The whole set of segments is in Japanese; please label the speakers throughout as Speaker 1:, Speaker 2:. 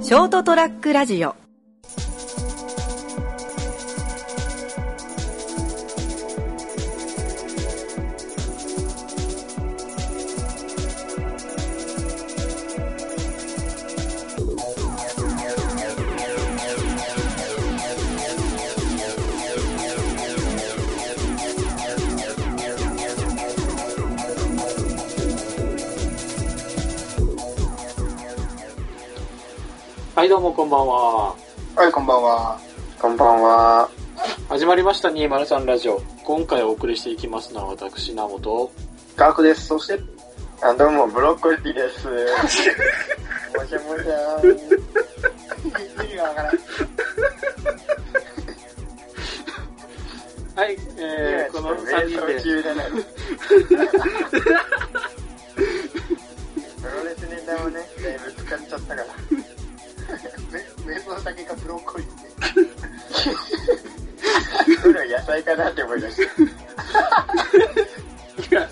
Speaker 1: ショートトラックラジオ
Speaker 2: はい、どうもこんばんは。
Speaker 3: はい、こんばんは。
Speaker 4: こんばんは。
Speaker 2: 始まりました203ラジオ。今回お送りしていきますのは私、名本。
Speaker 3: ガークです。そして、
Speaker 4: あ、どうも、ブロッコリーです。もしもしゃー
Speaker 3: 意味がわからん。
Speaker 2: はい、えー、この3人
Speaker 4: 瞑想
Speaker 2: で、
Speaker 4: 中だな。プロレスネタをね、だいぶ使っちゃったから。
Speaker 3: め瞑想した結果、ブロ ッコリーで。
Speaker 4: プロ野菜かなって思いました。
Speaker 2: いや、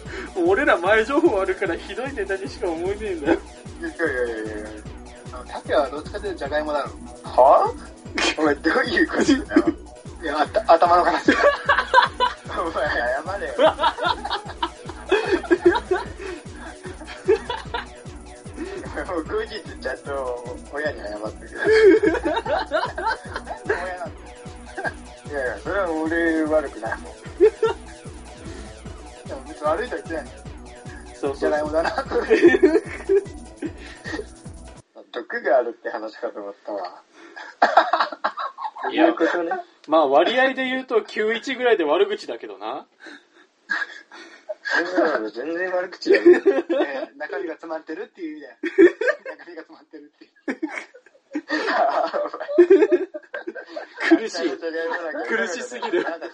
Speaker 2: 俺ら前情報あるからひどいネタにしか思えねえんだよ。
Speaker 4: いやいやいやいや。
Speaker 3: あのタピアはどっちかというとジャガイモだろ
Speaker 4: はぁお前、どういうことだよ。
Speaker 3: う。いや、あた頭の形。
Speaker 4: お前、謝れよ。もう後日ちゃんと親に謝ってくれ。
Speaker 3: 親なんだよ
Speaker 4: いやいや、それは俺悪くないもん。
Speaker 3: でも別に悪いとは言ってないんだよ。
Speaker 2: そう
Speaker 3: ジ
Speaker 2: そ
Speaker 3: ャ
Speaker 2: う
Speaker 3: ガイ モだな。
Speaker 4: 毒があるって話かと思ったわ。
Speaker 2: いや、
Speaker 4: とね。
Speaker 2: まあ割合で言うと91ぐらいで悪口だけどな。
Speaker 4: 全然悪口だよ。
Speaker 3: えー中身が詰まってるっていう意味だよ。中身が詰まってるっていう。
Speaker 2: 苦しい。苦しすぎる。
Speaker 3: なんだ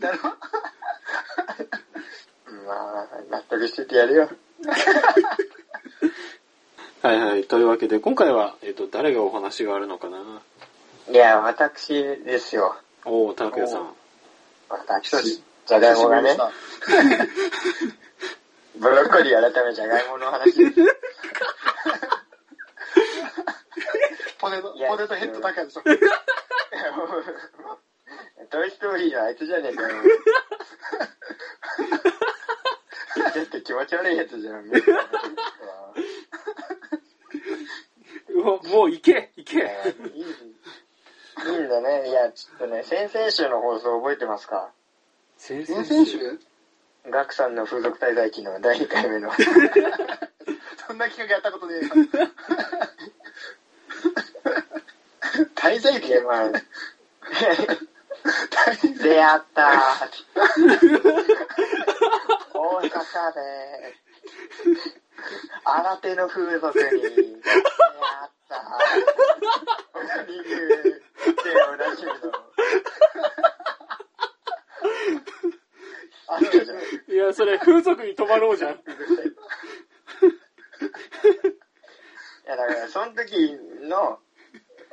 Speaker 3: だろ
Speaker 4: まあ、納得しててやるよ。
Speaker 2: はいはい、というわけで今回は、えっ、と、誰がお話があるのかない
Speaker 4: や、私ですよ。
Speaker 2: おー、拓也さ
Speaker 3: おー
Speaker 2: ん。
Speaker 4: 私、じゃがいもがね、 ブロッコリー改めじゃがいもの話です。
Speaker 3: ポテト、
Speaker 4: いや
Speaker 3: ポテトヘッド高いでしょ。
Speaker 4: トイストーリーのあいつじゃねえかよ。だって気持ち悪いやつじゃん。
Speaker 2: うわ、もう行け行
Speaker 4: い
Speaker 2: け
Speaker 4: やいいいいんだね。いや、ちょっとね、先々週の放送覚えてますか
Speaker 2: 先
Speaker 3: 先々週
Speaker 4: ガクさんの風俗滞在期の第2回目の。
Speaker 3: そんな企画やったことねえよ。
Speaker 4: 滞在期で、まあ、
Speaker 3: 大変
Speaker 4: 出会ったーって。大阪で、新手の風俗に出会った ー。オープニングでおなじ みの。あるじゃん。
Speaker 2: いや、それ風俗に泊まろうじゃん。
Speaker 4: いやだからその時の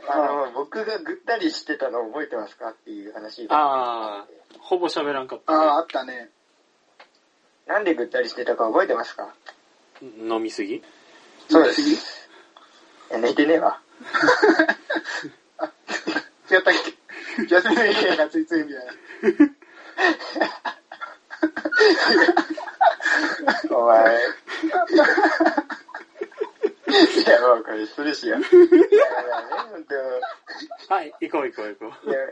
Speaker 4: あの僕がぐったりしてたの覚えてますかっていう話で
Speaker 2: ああ、ほぼ喋らんかっ
Speaker 3: あ
Speaker 2: たね、
Speaker 3: あ、あったね。
Speaker 4: なんでぐったりしてたか覚えてますか
Speaker 2: 飲みすぎ
Speaker 4: そうですいや寝てねえわ
Speaker 3: 違ったっけ休みの日がついついみたいな。
Speaker 4: お前いやもうこれするしよいやいやね本
Speaker 2: はい、行こう行こう行こ
Speaker 4: 当いやい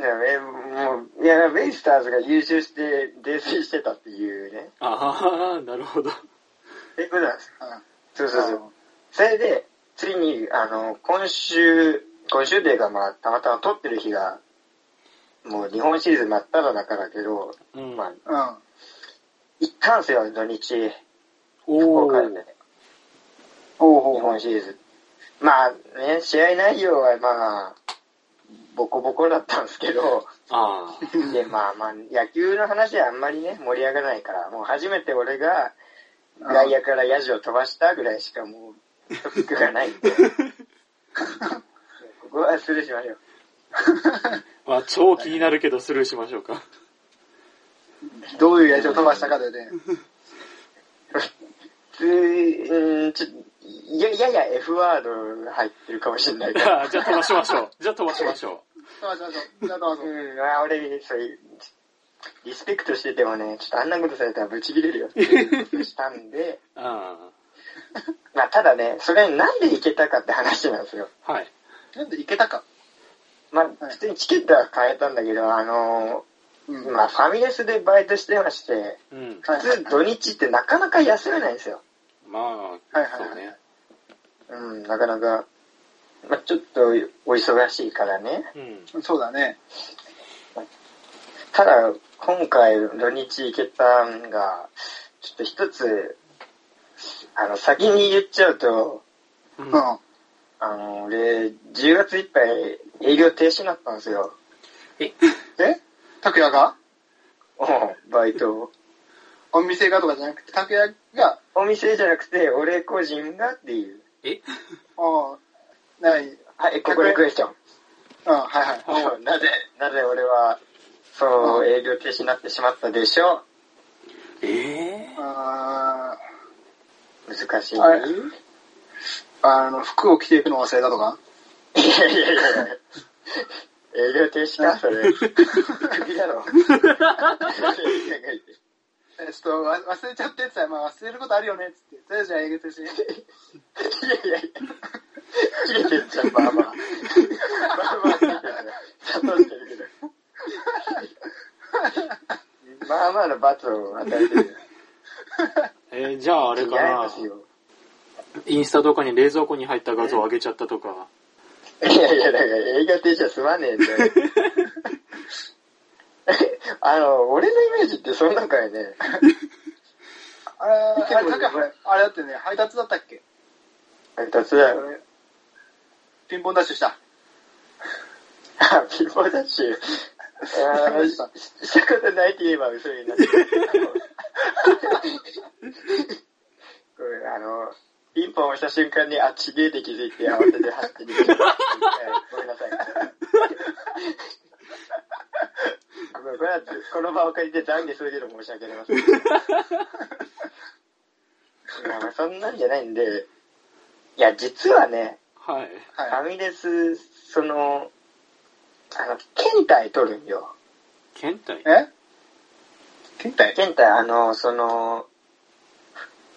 Speaker 4: やえもういやベイスターズが優勝して泥酔してたっていうね
Speaker 2: う。ああ、なるほど。
Speaker 4: えことなんです
Speaker 3: うん
Speaker 4: そうそうそうそれで、次に、あの、今週、今週でが、まあ、たまたま撮ってる日が、もう日本シリーズ真っ只中だけど、
Speaker 2: うん。
Speaker 4: まあ、
Speaker 3: うん。
Speaker 4: 行ったんすよ、土日、福
Speaker 2: おお
Speaker 4: 岡で、ね、
Speaker 3: お
Speaker 4: 日
Speaker 3: うおう
Speaker 4: 本シリーズ。まあ、ね、試合内容は、まあ、ボコボコだったんですけど、
Speaker 2: あ
Speaker 4: で、まあまあ、野球の話はあんまりね、盛り上がらないから、もう初めて俺が、外野からヤジを飛ばしたぐらいしかもう、トピックがない んで。ここはスルーしましょう。
Speaker 2: あ。まあ、超気になるけどスルーしましょうか。
Speaker 3: どういうやじを飛ばしたかだよね。
Speaker 4: 普通、うん、ちょ、いや、やや F ワード入ってるかもしれないけど。
Speaker 2: あじゃあ飛ばしましょう。じゃあ飛ばしましょ
Speaker 3: どうぞどうぞ。じゃあどうぞ。
Speaker 4: うん、まあ俺、そういう、リスペクトしててもね、ちょっとあんなことされたらブチ切れるよっていうことをしたん で、
Speaker 2: う。うん。は
Speaker 4: まあただね、それなんでいけたかって話なんですよ。
Speaker 2: い。
Speaker 3: なんでいけたか。
Speaker 4: まあ、
Speaker 3: はい
Speaker 4: 普通にチケットは買えたんだけど、あの
Speaker 3: う
Speaker 4: ーまあファミレスでバイトしてまして、
Speaker 2: うん。
Speaker 3: はい
Speaker 4: 普通土日ってなかなか休めないんですよ。
Speaker 2: ま
Speaker 3: はい
Speaker 2: あ、
Speaker 3: はい
Speaker 2: そうね。
Speaker 4: うん、なかなか、まあちょっとお忙しいからね。
Speaker 2: うん。
Speaker 3: そうだね。
Speaker 4: ただ、今回土日行けたんが、ちょっと一つ、あの、先に言っちゃうと、
Speaker 2: う
Speaker 3: うんん。あ
Speaker 4: あの、俺、10月いっぱい営業停止になったんですよ。
Speaker 3: 拓也が
Speaker 4: うんバイト。
Speaker 3: お店がとかじゃなくて、拓也が、
Speaker 4: お店じゃなくて、俺個人がっていう。
Speaker 2: え
Speaker 3: ああ、ない、
Speaker 4: はい、ここでクエスチョン。
Speaker 3: うん、はいはい。
Speaker 4: そう なぜ、なぜ俺は、そう、営業停止になってしまったでしょ
Speaker 2: え
Speaker 3: あ
Speaker 4: う難しい。い
Speaker 3: ーあれ、あの、服を着ていくの忘れたとか
Speaker 4: やいやいやいや。営業停止かそれ。首だろ。
Speaker 3: えちょっとわ忘れちゃってってさ、まあ忘れることあるよねっつって。それじゃあ、えげてし。
Speaker 4: いやいやいや。切れてっちゃう、まあまあ。まあまあ切れてるちゃんとしてるけど。まあまあの罰を与えてる。
Speaker 2: えーじゃああれか
Speaker 4: 違いま
Speaker 2: な
Speaker 4: す。よ。
Speaker 2: インスタとかに冷蔵庫に入った画像を上げちゃったとか。
Speaker 4: いやいや、だから映画停止はすまねえんだよ。あの、俺のイメージってその中でね、
Speaker 3: あれ、あれ、
Speaker 4: 結構
Speaker 3: 拓也、あれだってね、配達だったっけ
Speaker 4: 二つだ
Speaker 3: あれピンポンダッシュした。
Speaker 4: あ、ピンポンダッシュ。あの、ししたことないって言えば嘘になってる。これ、あの、ピンポン押した瞬間に、あ、ちげえって気づいて、慌てて走って逃げた。ごめんなさい。ごめんこれは、この場を借りて懺悔するけど申し訳ありません。まあまあそんなんじゃないんで、いや、実はね、
Speaker 2: はい。
Speaker 3: はい
Speaker 4: フ。ァミレス、その、あの、検体取るんよ。
Speaker 2: 検体
Speaker 3: え検体
Speaker 4: 検体、あの、その、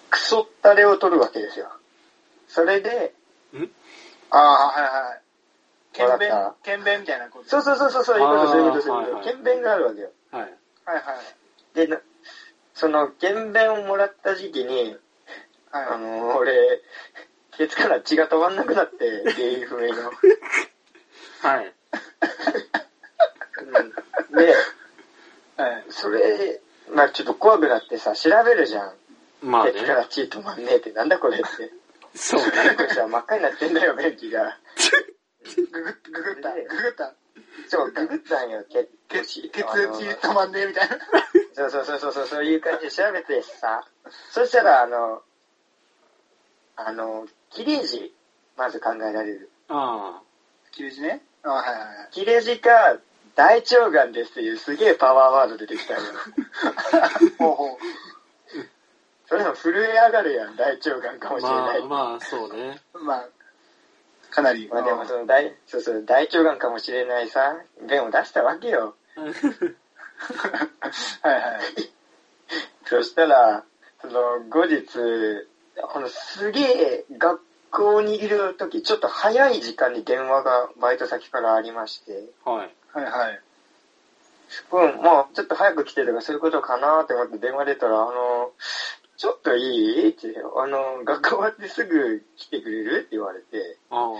Speaker 4: クソったれを取るわけですよ。それで、
Speaker 3: ああ、はいはい。検便
Speaker 4: わかっ、
Speaker 3: 検便みたいなこと。
Speaker 4: そうそうそうそう、そういうこ
Speaker 2: あー
Speaker 4: と、そういうこと、そういう
Speaker 2: は
Speaker 4: こ
Speaker 2: い
Speaker 4: と。
Speaker 2: はい
Speaker 4: 検便があるわけよ。
Speaker 2: はい。
Speaker 3: はいはい。
Speaker 4: で、なその、検便をもらった時期に、あ
Speaker 3: はい。
Speaker 4: の、俺、血から血が止まんなくなって、原因不明 の。
Speaker 2: はい。
Speaker 4: うんで、
Speaker 3: はい。
Speaker 4: それ、まあちょっと怖くなってさ、調べるじゃん。
Speaker 2: まあ ね
Speaker 4: 血。から血止まんねえって、なんだこれって。
Speaker 2: そうね。
Speaker 4: これさ、真っ赤になってんだよ、便器が。
Speaker 3: ググググった。
Speaker 4: で
Speaker 3: ググった。
Speaker 4: そう、ググったんよ、血、
Speaker 3: 血、血、血
Speaker 4: あの
Speaker 3: 止まんねえみ たいな。
Speaker 4: そうそうそうそうそう、そういう感じで調べてさ、そしたら、あの、あの、切れ字、まず考えられる。
Speaker 2: あ
Speaker 3: 切れ字ね。ああ、はいはいはい。
Speaker 4: 切れ字か、大腸がんですっていうすげえパワーワード出てきたのよ。
Speaker 3: ほうほう。
Speaker 4: それも震え上がるやん、大腸がんか
Speaker 2: あ。
Speaker 4: もしれ
Speaker 2: ま
Speaker 4: な
Speaker 2: あ
Speaker 4: い。ま
Speaker 2: まあ、そうね。
Speaker 3: まあ、かなり。
Speaker 4: あ、でもその大、そうそう、大腸がんかもしれないさ、便を出したわけよ。
Speaker 3: はいはい。
Speaker 4: そしたら、その、後日、このすげえ学校にいる時、ちょっと早い時間に電話がバイト先からありまして、
Speaker 2: はい。
Speaker 3: はいはい。
Speaker 4: うん、もうちょっと早く来てとかそういうことかなと思って電話出たら、あの、ちょっといいって、あの、学校終わってすぐ来てくれるって言われて、
Speaker 2: ああ。
Speaker 3: ほう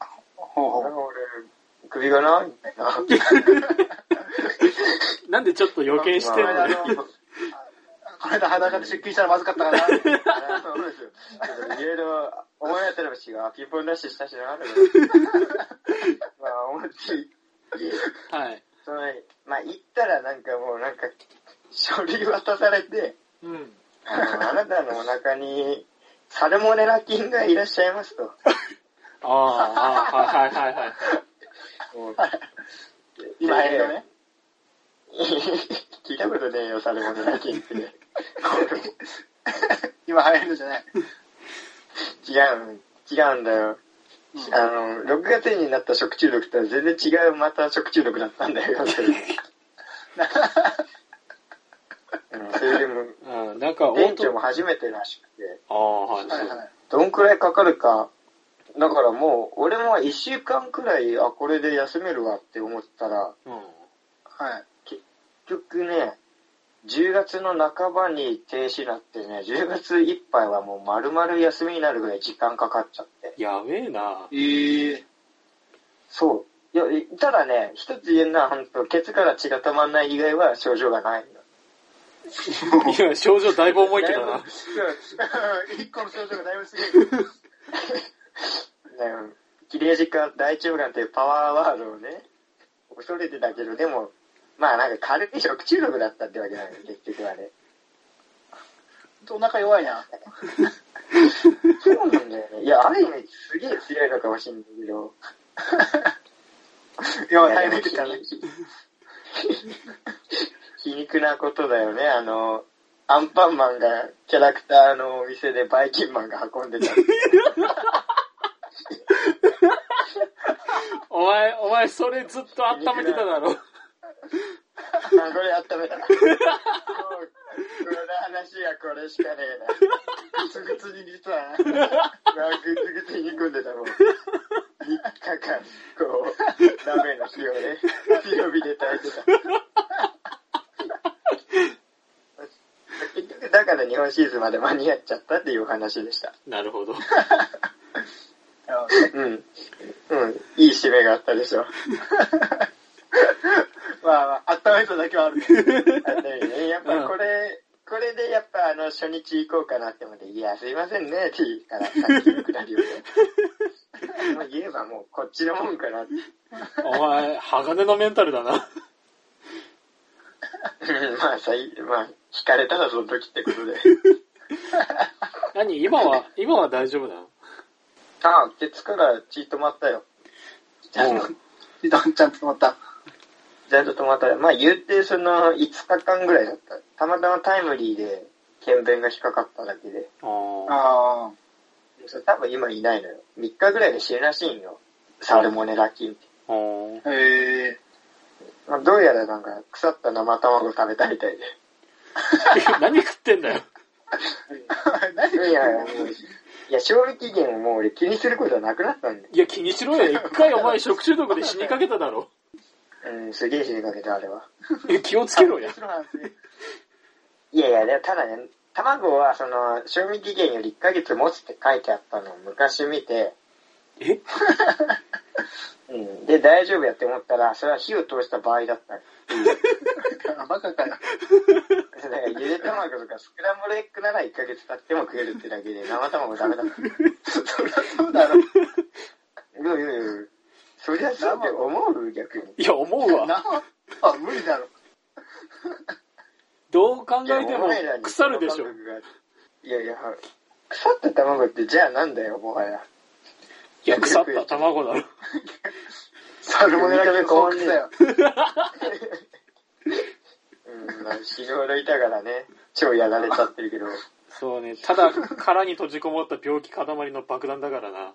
Speaker 4: あ
Speaker 3: ほう。
Speaker 4: 俺、首がなみたいな。
Speaker 2: なんでちょっと予見して
Speaker 4: ま
Speaker 2: る
Speaker 4: あ
Speaker 2: の
Speaker 4: あの
Speaker 3: これで裸で出勤したらまずかったか な。
Speaker 4: あのそうですよちょっといろいろ思い当たる節がピンポンダッシュしたしな、とかまあ思って行って、
Speaker 2: はい。
Speaker 4: その、まあ行ったらなんかもうなんか、書類渡され て、
Speaker 2: うん。
Speaker 4: あの、あなたのお腹にサルモネラ菌がいらっしゃいますと。
Speaker 2: ああ、ああ、はいはいはいはい。
Speaker 3: 今
Speaker 4: 前
Speaker 3: 変だね。
Speaker 4: 聞いたことねえよ、サル モネラ菌って。
Speaker 3: 今流行るのじゃない。
Speaker 4: 違う、違うんだよ。
Speaker 3: うん
Speaker 4: あの、6月になった食中毒とは全然違うまた食中毒だったんだ よ。それうんそれでも、
Speaker 2: うん、なんか、
Speaker 4: 店長も初めてらしくて、
Speaker 2: ああ、はい、
Speaker 3: は
Speaker 2: そ
Speaker 3: い
Speaker 2: う
Speaker 3: はい。
Speaker 4: どんくらいかかるか、だからもう、俺も1週間くらい、あ、これで休めるわって思ったら、
Speaker 3: はい。
Speaker 4: 結局ね、10月の半ばに停止になってね、10月いっぱいはもう丸々休みになるぐらい時間かかっちゃって。
Speaker 2: うん。やべえな。
Speaker 3: ええ
Speaker 4: そう。いや、いただね、一つ言えるのは、本当血から血が止まんない以外は症状がないんだ。
Speaker 2: いや、症状だいぶ重いけど
Speaker 4: だい
Speaker 2: な
Speaker 4: ぶ。
Speaker 3: 一個の症状がだいぶすぎる。
Speaker 4: だよ切れ字か大腸がんっていうパワーワードをね、恐れてたけど、でも、まあなんか軽い食中毒だったってわけなのよ、結局はね。
Speaker 3: お腹弱いな。
Speaker 4: そうなんだよね。いや、ある意味すげえ強いのかもしんないけど。
Speaker 3: 弱い、
Speaker 4: いや
Speaker 3: 耐
Speaker 4: で
Speaker 3: え
Speaker 4: も
Speaker 3: 抜いてたね。
Speaker 4: 皮肉なことだよね、あの、アンパンマンがキャラクターのお店でバイキンマンが運んでた。
Speaker 2: お前、お前、それずっと温めてただろ。
Speaker 4: あこれ温めたな。もうこの話はこれしかねえな。ぐつぐつにさ、まあ、ぐつぐつに煮込んでたもん。3日間、こう、鍋の火をね、強火で炊いてた。結局、だから日本シリーズンまで間に合っちゃったっていうお話でした。
Speaker 2: なるほど。
Speaker 4: うん。うん。いい締めがあったで しょ。
Speaker 3: まあまあ、温めただけはあるね。
Speaker 4: あったよねやっぱこれ、これでやっぱあの初日行こうかなって思って、いや、すいませんねって言うから、さっきのくだりをね。もう言えばもうこっちのもんかな って。
Speaker 2: お前、鋼のメンタルだな。
Speaker 4: うんまあ、さい、まあ、引かれたらその時ってことで。
Speaker 2: 何今は、今は大丈夫なの
Speaker 4: ああ、月から血止まったよ。
Speaker 3: ちゃんと、ちゃんと止まった。
Speaker 4: ちゃんと止まったよ。まあ、言うてその5日間ぐらいだった。たまたまタイムリーで、検便が引っかかっただけで。
Speaker 2: あ
Speaker 3: あ
Speaker 4: それ多分今いないのよ。3日ぐらいで死ぬらしいんよ。サルモネラ菌って。
Speaker 2: あ。あ
Speaker 3: あ。へえ
Speaker 4: まあ、どうやらなんか腐った生卵食べたみたいで。
Speaker 2: あ。 何食ってんだよ。
Speaker 3: 何
Speaker 4: いやいや、もう、いや、賞味期限をもう俺気にすることはなくなったんで。
Speaker 2: いや、気にしろよ。一回お前、食中毒で死にかけただろ。
Speaker 4: うん、すげえ死にかけた、あれは。
Speaker 2: いや 気をつけろや。
Speaker 3: 白話ね
Speaker 4: いやいや、でもただね、卵はその、賞味期限より1ヶ月持つって書いてあったのを昔見て、
Speaker 2: え
Speaker 4: うん、で、大丈夫やって思ったら、それは火を通した場合だったの。
Speaker 3: バカか
Speaker 4: だ
Speaker 3: よ。
Speaker 4: から、ゆで卵とかスクランブルエッグなら1ヶ月経っても食えるってだけで、生卵ダメだった。
Speaker 3: そりゃそうだろ。
Speaker 4: いやいやいや、そりゃそうって思う逆に。
Speaker 2: いや、思うわ。
Speaker 3: 生あ、無理だろ。
Speaker 2: どう考
Speaker 4: いや
Speaker 2: えても
Speaker 4: お前らに
Speaker 2: 腐るでしょ
Speaker 4: その。感覚がいやいや、腐った卵ってじゃあなんだよ、もはや。
Speaker 2: いや、腐った卵だろ。
Speaker 3: サルモネラ菌の奥だよ。
Speaker 4: うん、まあ死ぬほどいたからね、超やられちゃってるけど。う
Speaker 2: そうね。ただ、殻に閉じこもった病気塊の爆弾だからな。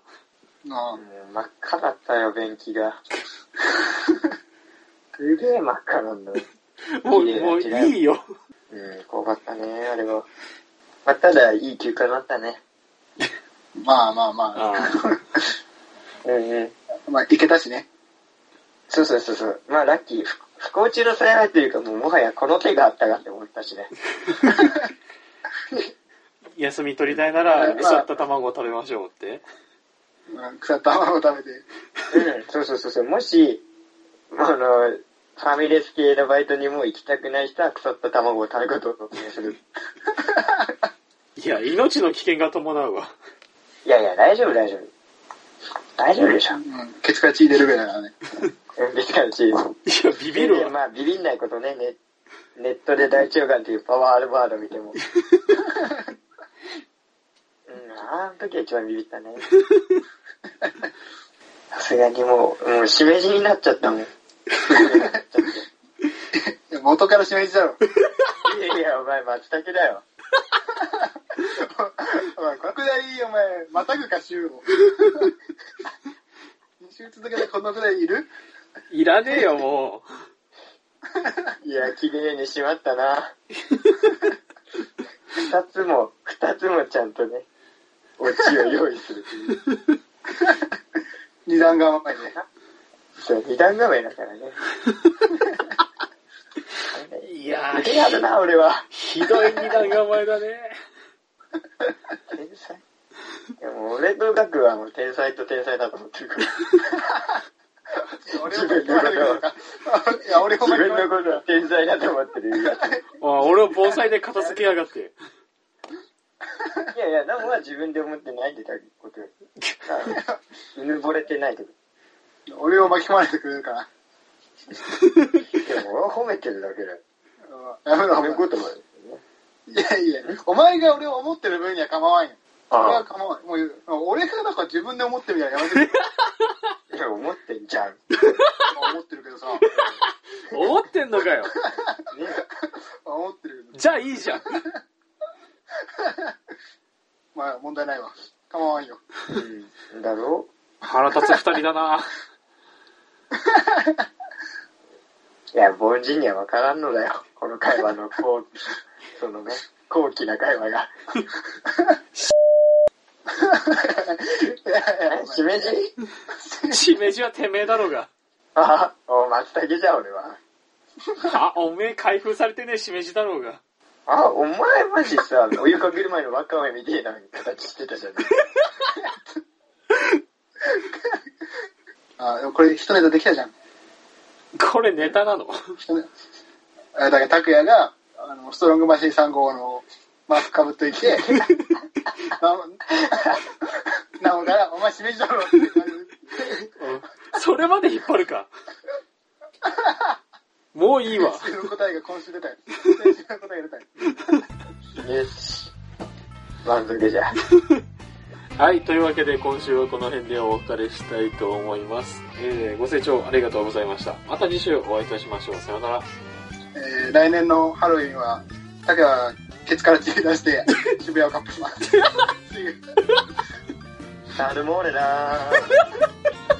Speaker 3: あ
Speaker 4: ん、真っ赤だったよ、便器が。すげえ真っ赤なんだよ。
Speaker 2: もう、
Speaker 4: いや
Speaker 2: もう
Speaker 4: 違う
Speaker 2: いいよ。
Speaker 4: うん、怖かったね、あれは。まあ、ただ、いい休暇だったね。
Speaker 3: あまあまあま
Speaker 2: あ
Speaker 4: うんうん。
Speaker 3: あ。まあ、いけたしね。
Speaker 4: そうそうそうそう。まあ、ラッキー。不不幸中の幸いというか、もうもはやこの手があったかって思ったしね。
Speaker 2: 休み取りたいなら、
Speaker 3: まあ
Speaker 2: 腐った卵を食べましょうって。
Speaker 3: うん腐った卵を食べて。
Speaker 4: うん、そうそうそうそう。もし、あの、ファミレス系のバイトにもう行きたくない人は腐った卵を食べることをお勧めする。
Speaker 2: いや、命の危険が伴うわ。
Speaker 4: いやいや、大丈夫大丈夫。大丈夫でしょ。
Speaker 3: うん。ケツから血出るぐらいだからね。
Speaker 4: ビスカルチーズ。
Speaker 2: いや、ビビる
Speaker 4: で
Speaker 2: わ。
Speaker 4: まあ、ビビんないことね、ねネットで大腸がんっていうパワーワード見 ても。うん、あの時は一番ビビったね。さすがにもう、もうしめじになっちゃったも ん。
Speaker 3: いや元からしめじだろ。
Speaker 4: いやいや、お前松茸だよ。
Speaker 3: おい、これくだり、お前、またぐか、週 を。2週続けてこのくだりいる
Speaker 2: いらねえよ、も
Speaker 4: いや、綺麗にしまった な。二つも、二つもちゃんとね、オチを用意するという。
Speaker 3: 二段構 えね。
Speaker 4: そう、二段構えだからね。
Speaker 2: う。いや
Speaker 4: 腕があるな、俺は。
Speaker 2: ひどい二段構えだね。
Speaker 4: 天才。でも俺とガクはもう天才と天才だと思ってる から。
Speaker 3: 俺も言われるのか。いや、俺も
Speaker 4: 自
Speaker 3: 言われ
Speaker 4: 分のこと
Speaker 3: る
Speaker 4: は天才だと思ってる。い
Speaker 2: あ俺を盆栽で片付けやがって。
Speaker 4: やいや、ナモは自分で思ってないって だけことよ。犬ぼれてないけど。
Speaker 3: 俺を巻き込まれてくれるから。
Speaker 4: でも俺は褒めてるだけだよ。
Speaker 3: やめろ、お
Speaker 4: 褒め
Speaker 3: 前
Speaker 4: ることもあるよね。
Speaker 3: いやいや、お前が俺を思ってる分には構わんよ。俺は構わん。もう、俺がなんか自分で思ってるみたいなやめて くれ
Speaker 4: いや、思ってんじゃん。ね。
Speaker 3: 思ってるけどさ。
Speaker 2: 思ってんのかよ。
Speaker 3: 思ってるけど。
Speaker 2: じゃあいいじゃん。
Speaker 3: まあ、問題ないわ。構わんよ。
Speaker 4: うん。だろ
Speaker 2: 腹立つ二人だな。
Speaker 4: いや、凡人には分からんのだよ。この会話の、こう、そのね、高貴な会話が。
Speaker 3: いやいや
Speaker 4: え、しめじ
Speaker 2: しめじはてめえだろうが。
Speaker 4: あ、お、松茸じゃん、俺は。
Speaker 2: あ、おめえ開封されてねえしめじだろうが。
Speaker 4: あ、お前マジさ、お湯かける前のワカメみてえな形してたじゃん。
Speaker 3: あ、でもこれ一ネタできたじゃん。
Speaker 2: これネタなの。
Speaker 3: 一ネタ。あだから、拓也が、あの、ストロングマシン3号のマスクかぶっといて、なお、なおから、お前しめじだろって言われる。
Speaker 2: それまで引っ張るか。もういいわ。
Speaker 3: 先週の答えが今週出たよ。先週の答えが出たよ。
Speaker 4: よし。満足じゃ。
Speaker 2: はい、というわけで今週はこの辺でお別れしたいと思います。えー、ご清聴ありがとうございました。また次週お会いいたしましょう。さようなら。
Speaker 3: えー、来年のハロウィンは、竹はケツから血出して、渋谷をカップします。っていう
Speaker 4: サルモーレラー。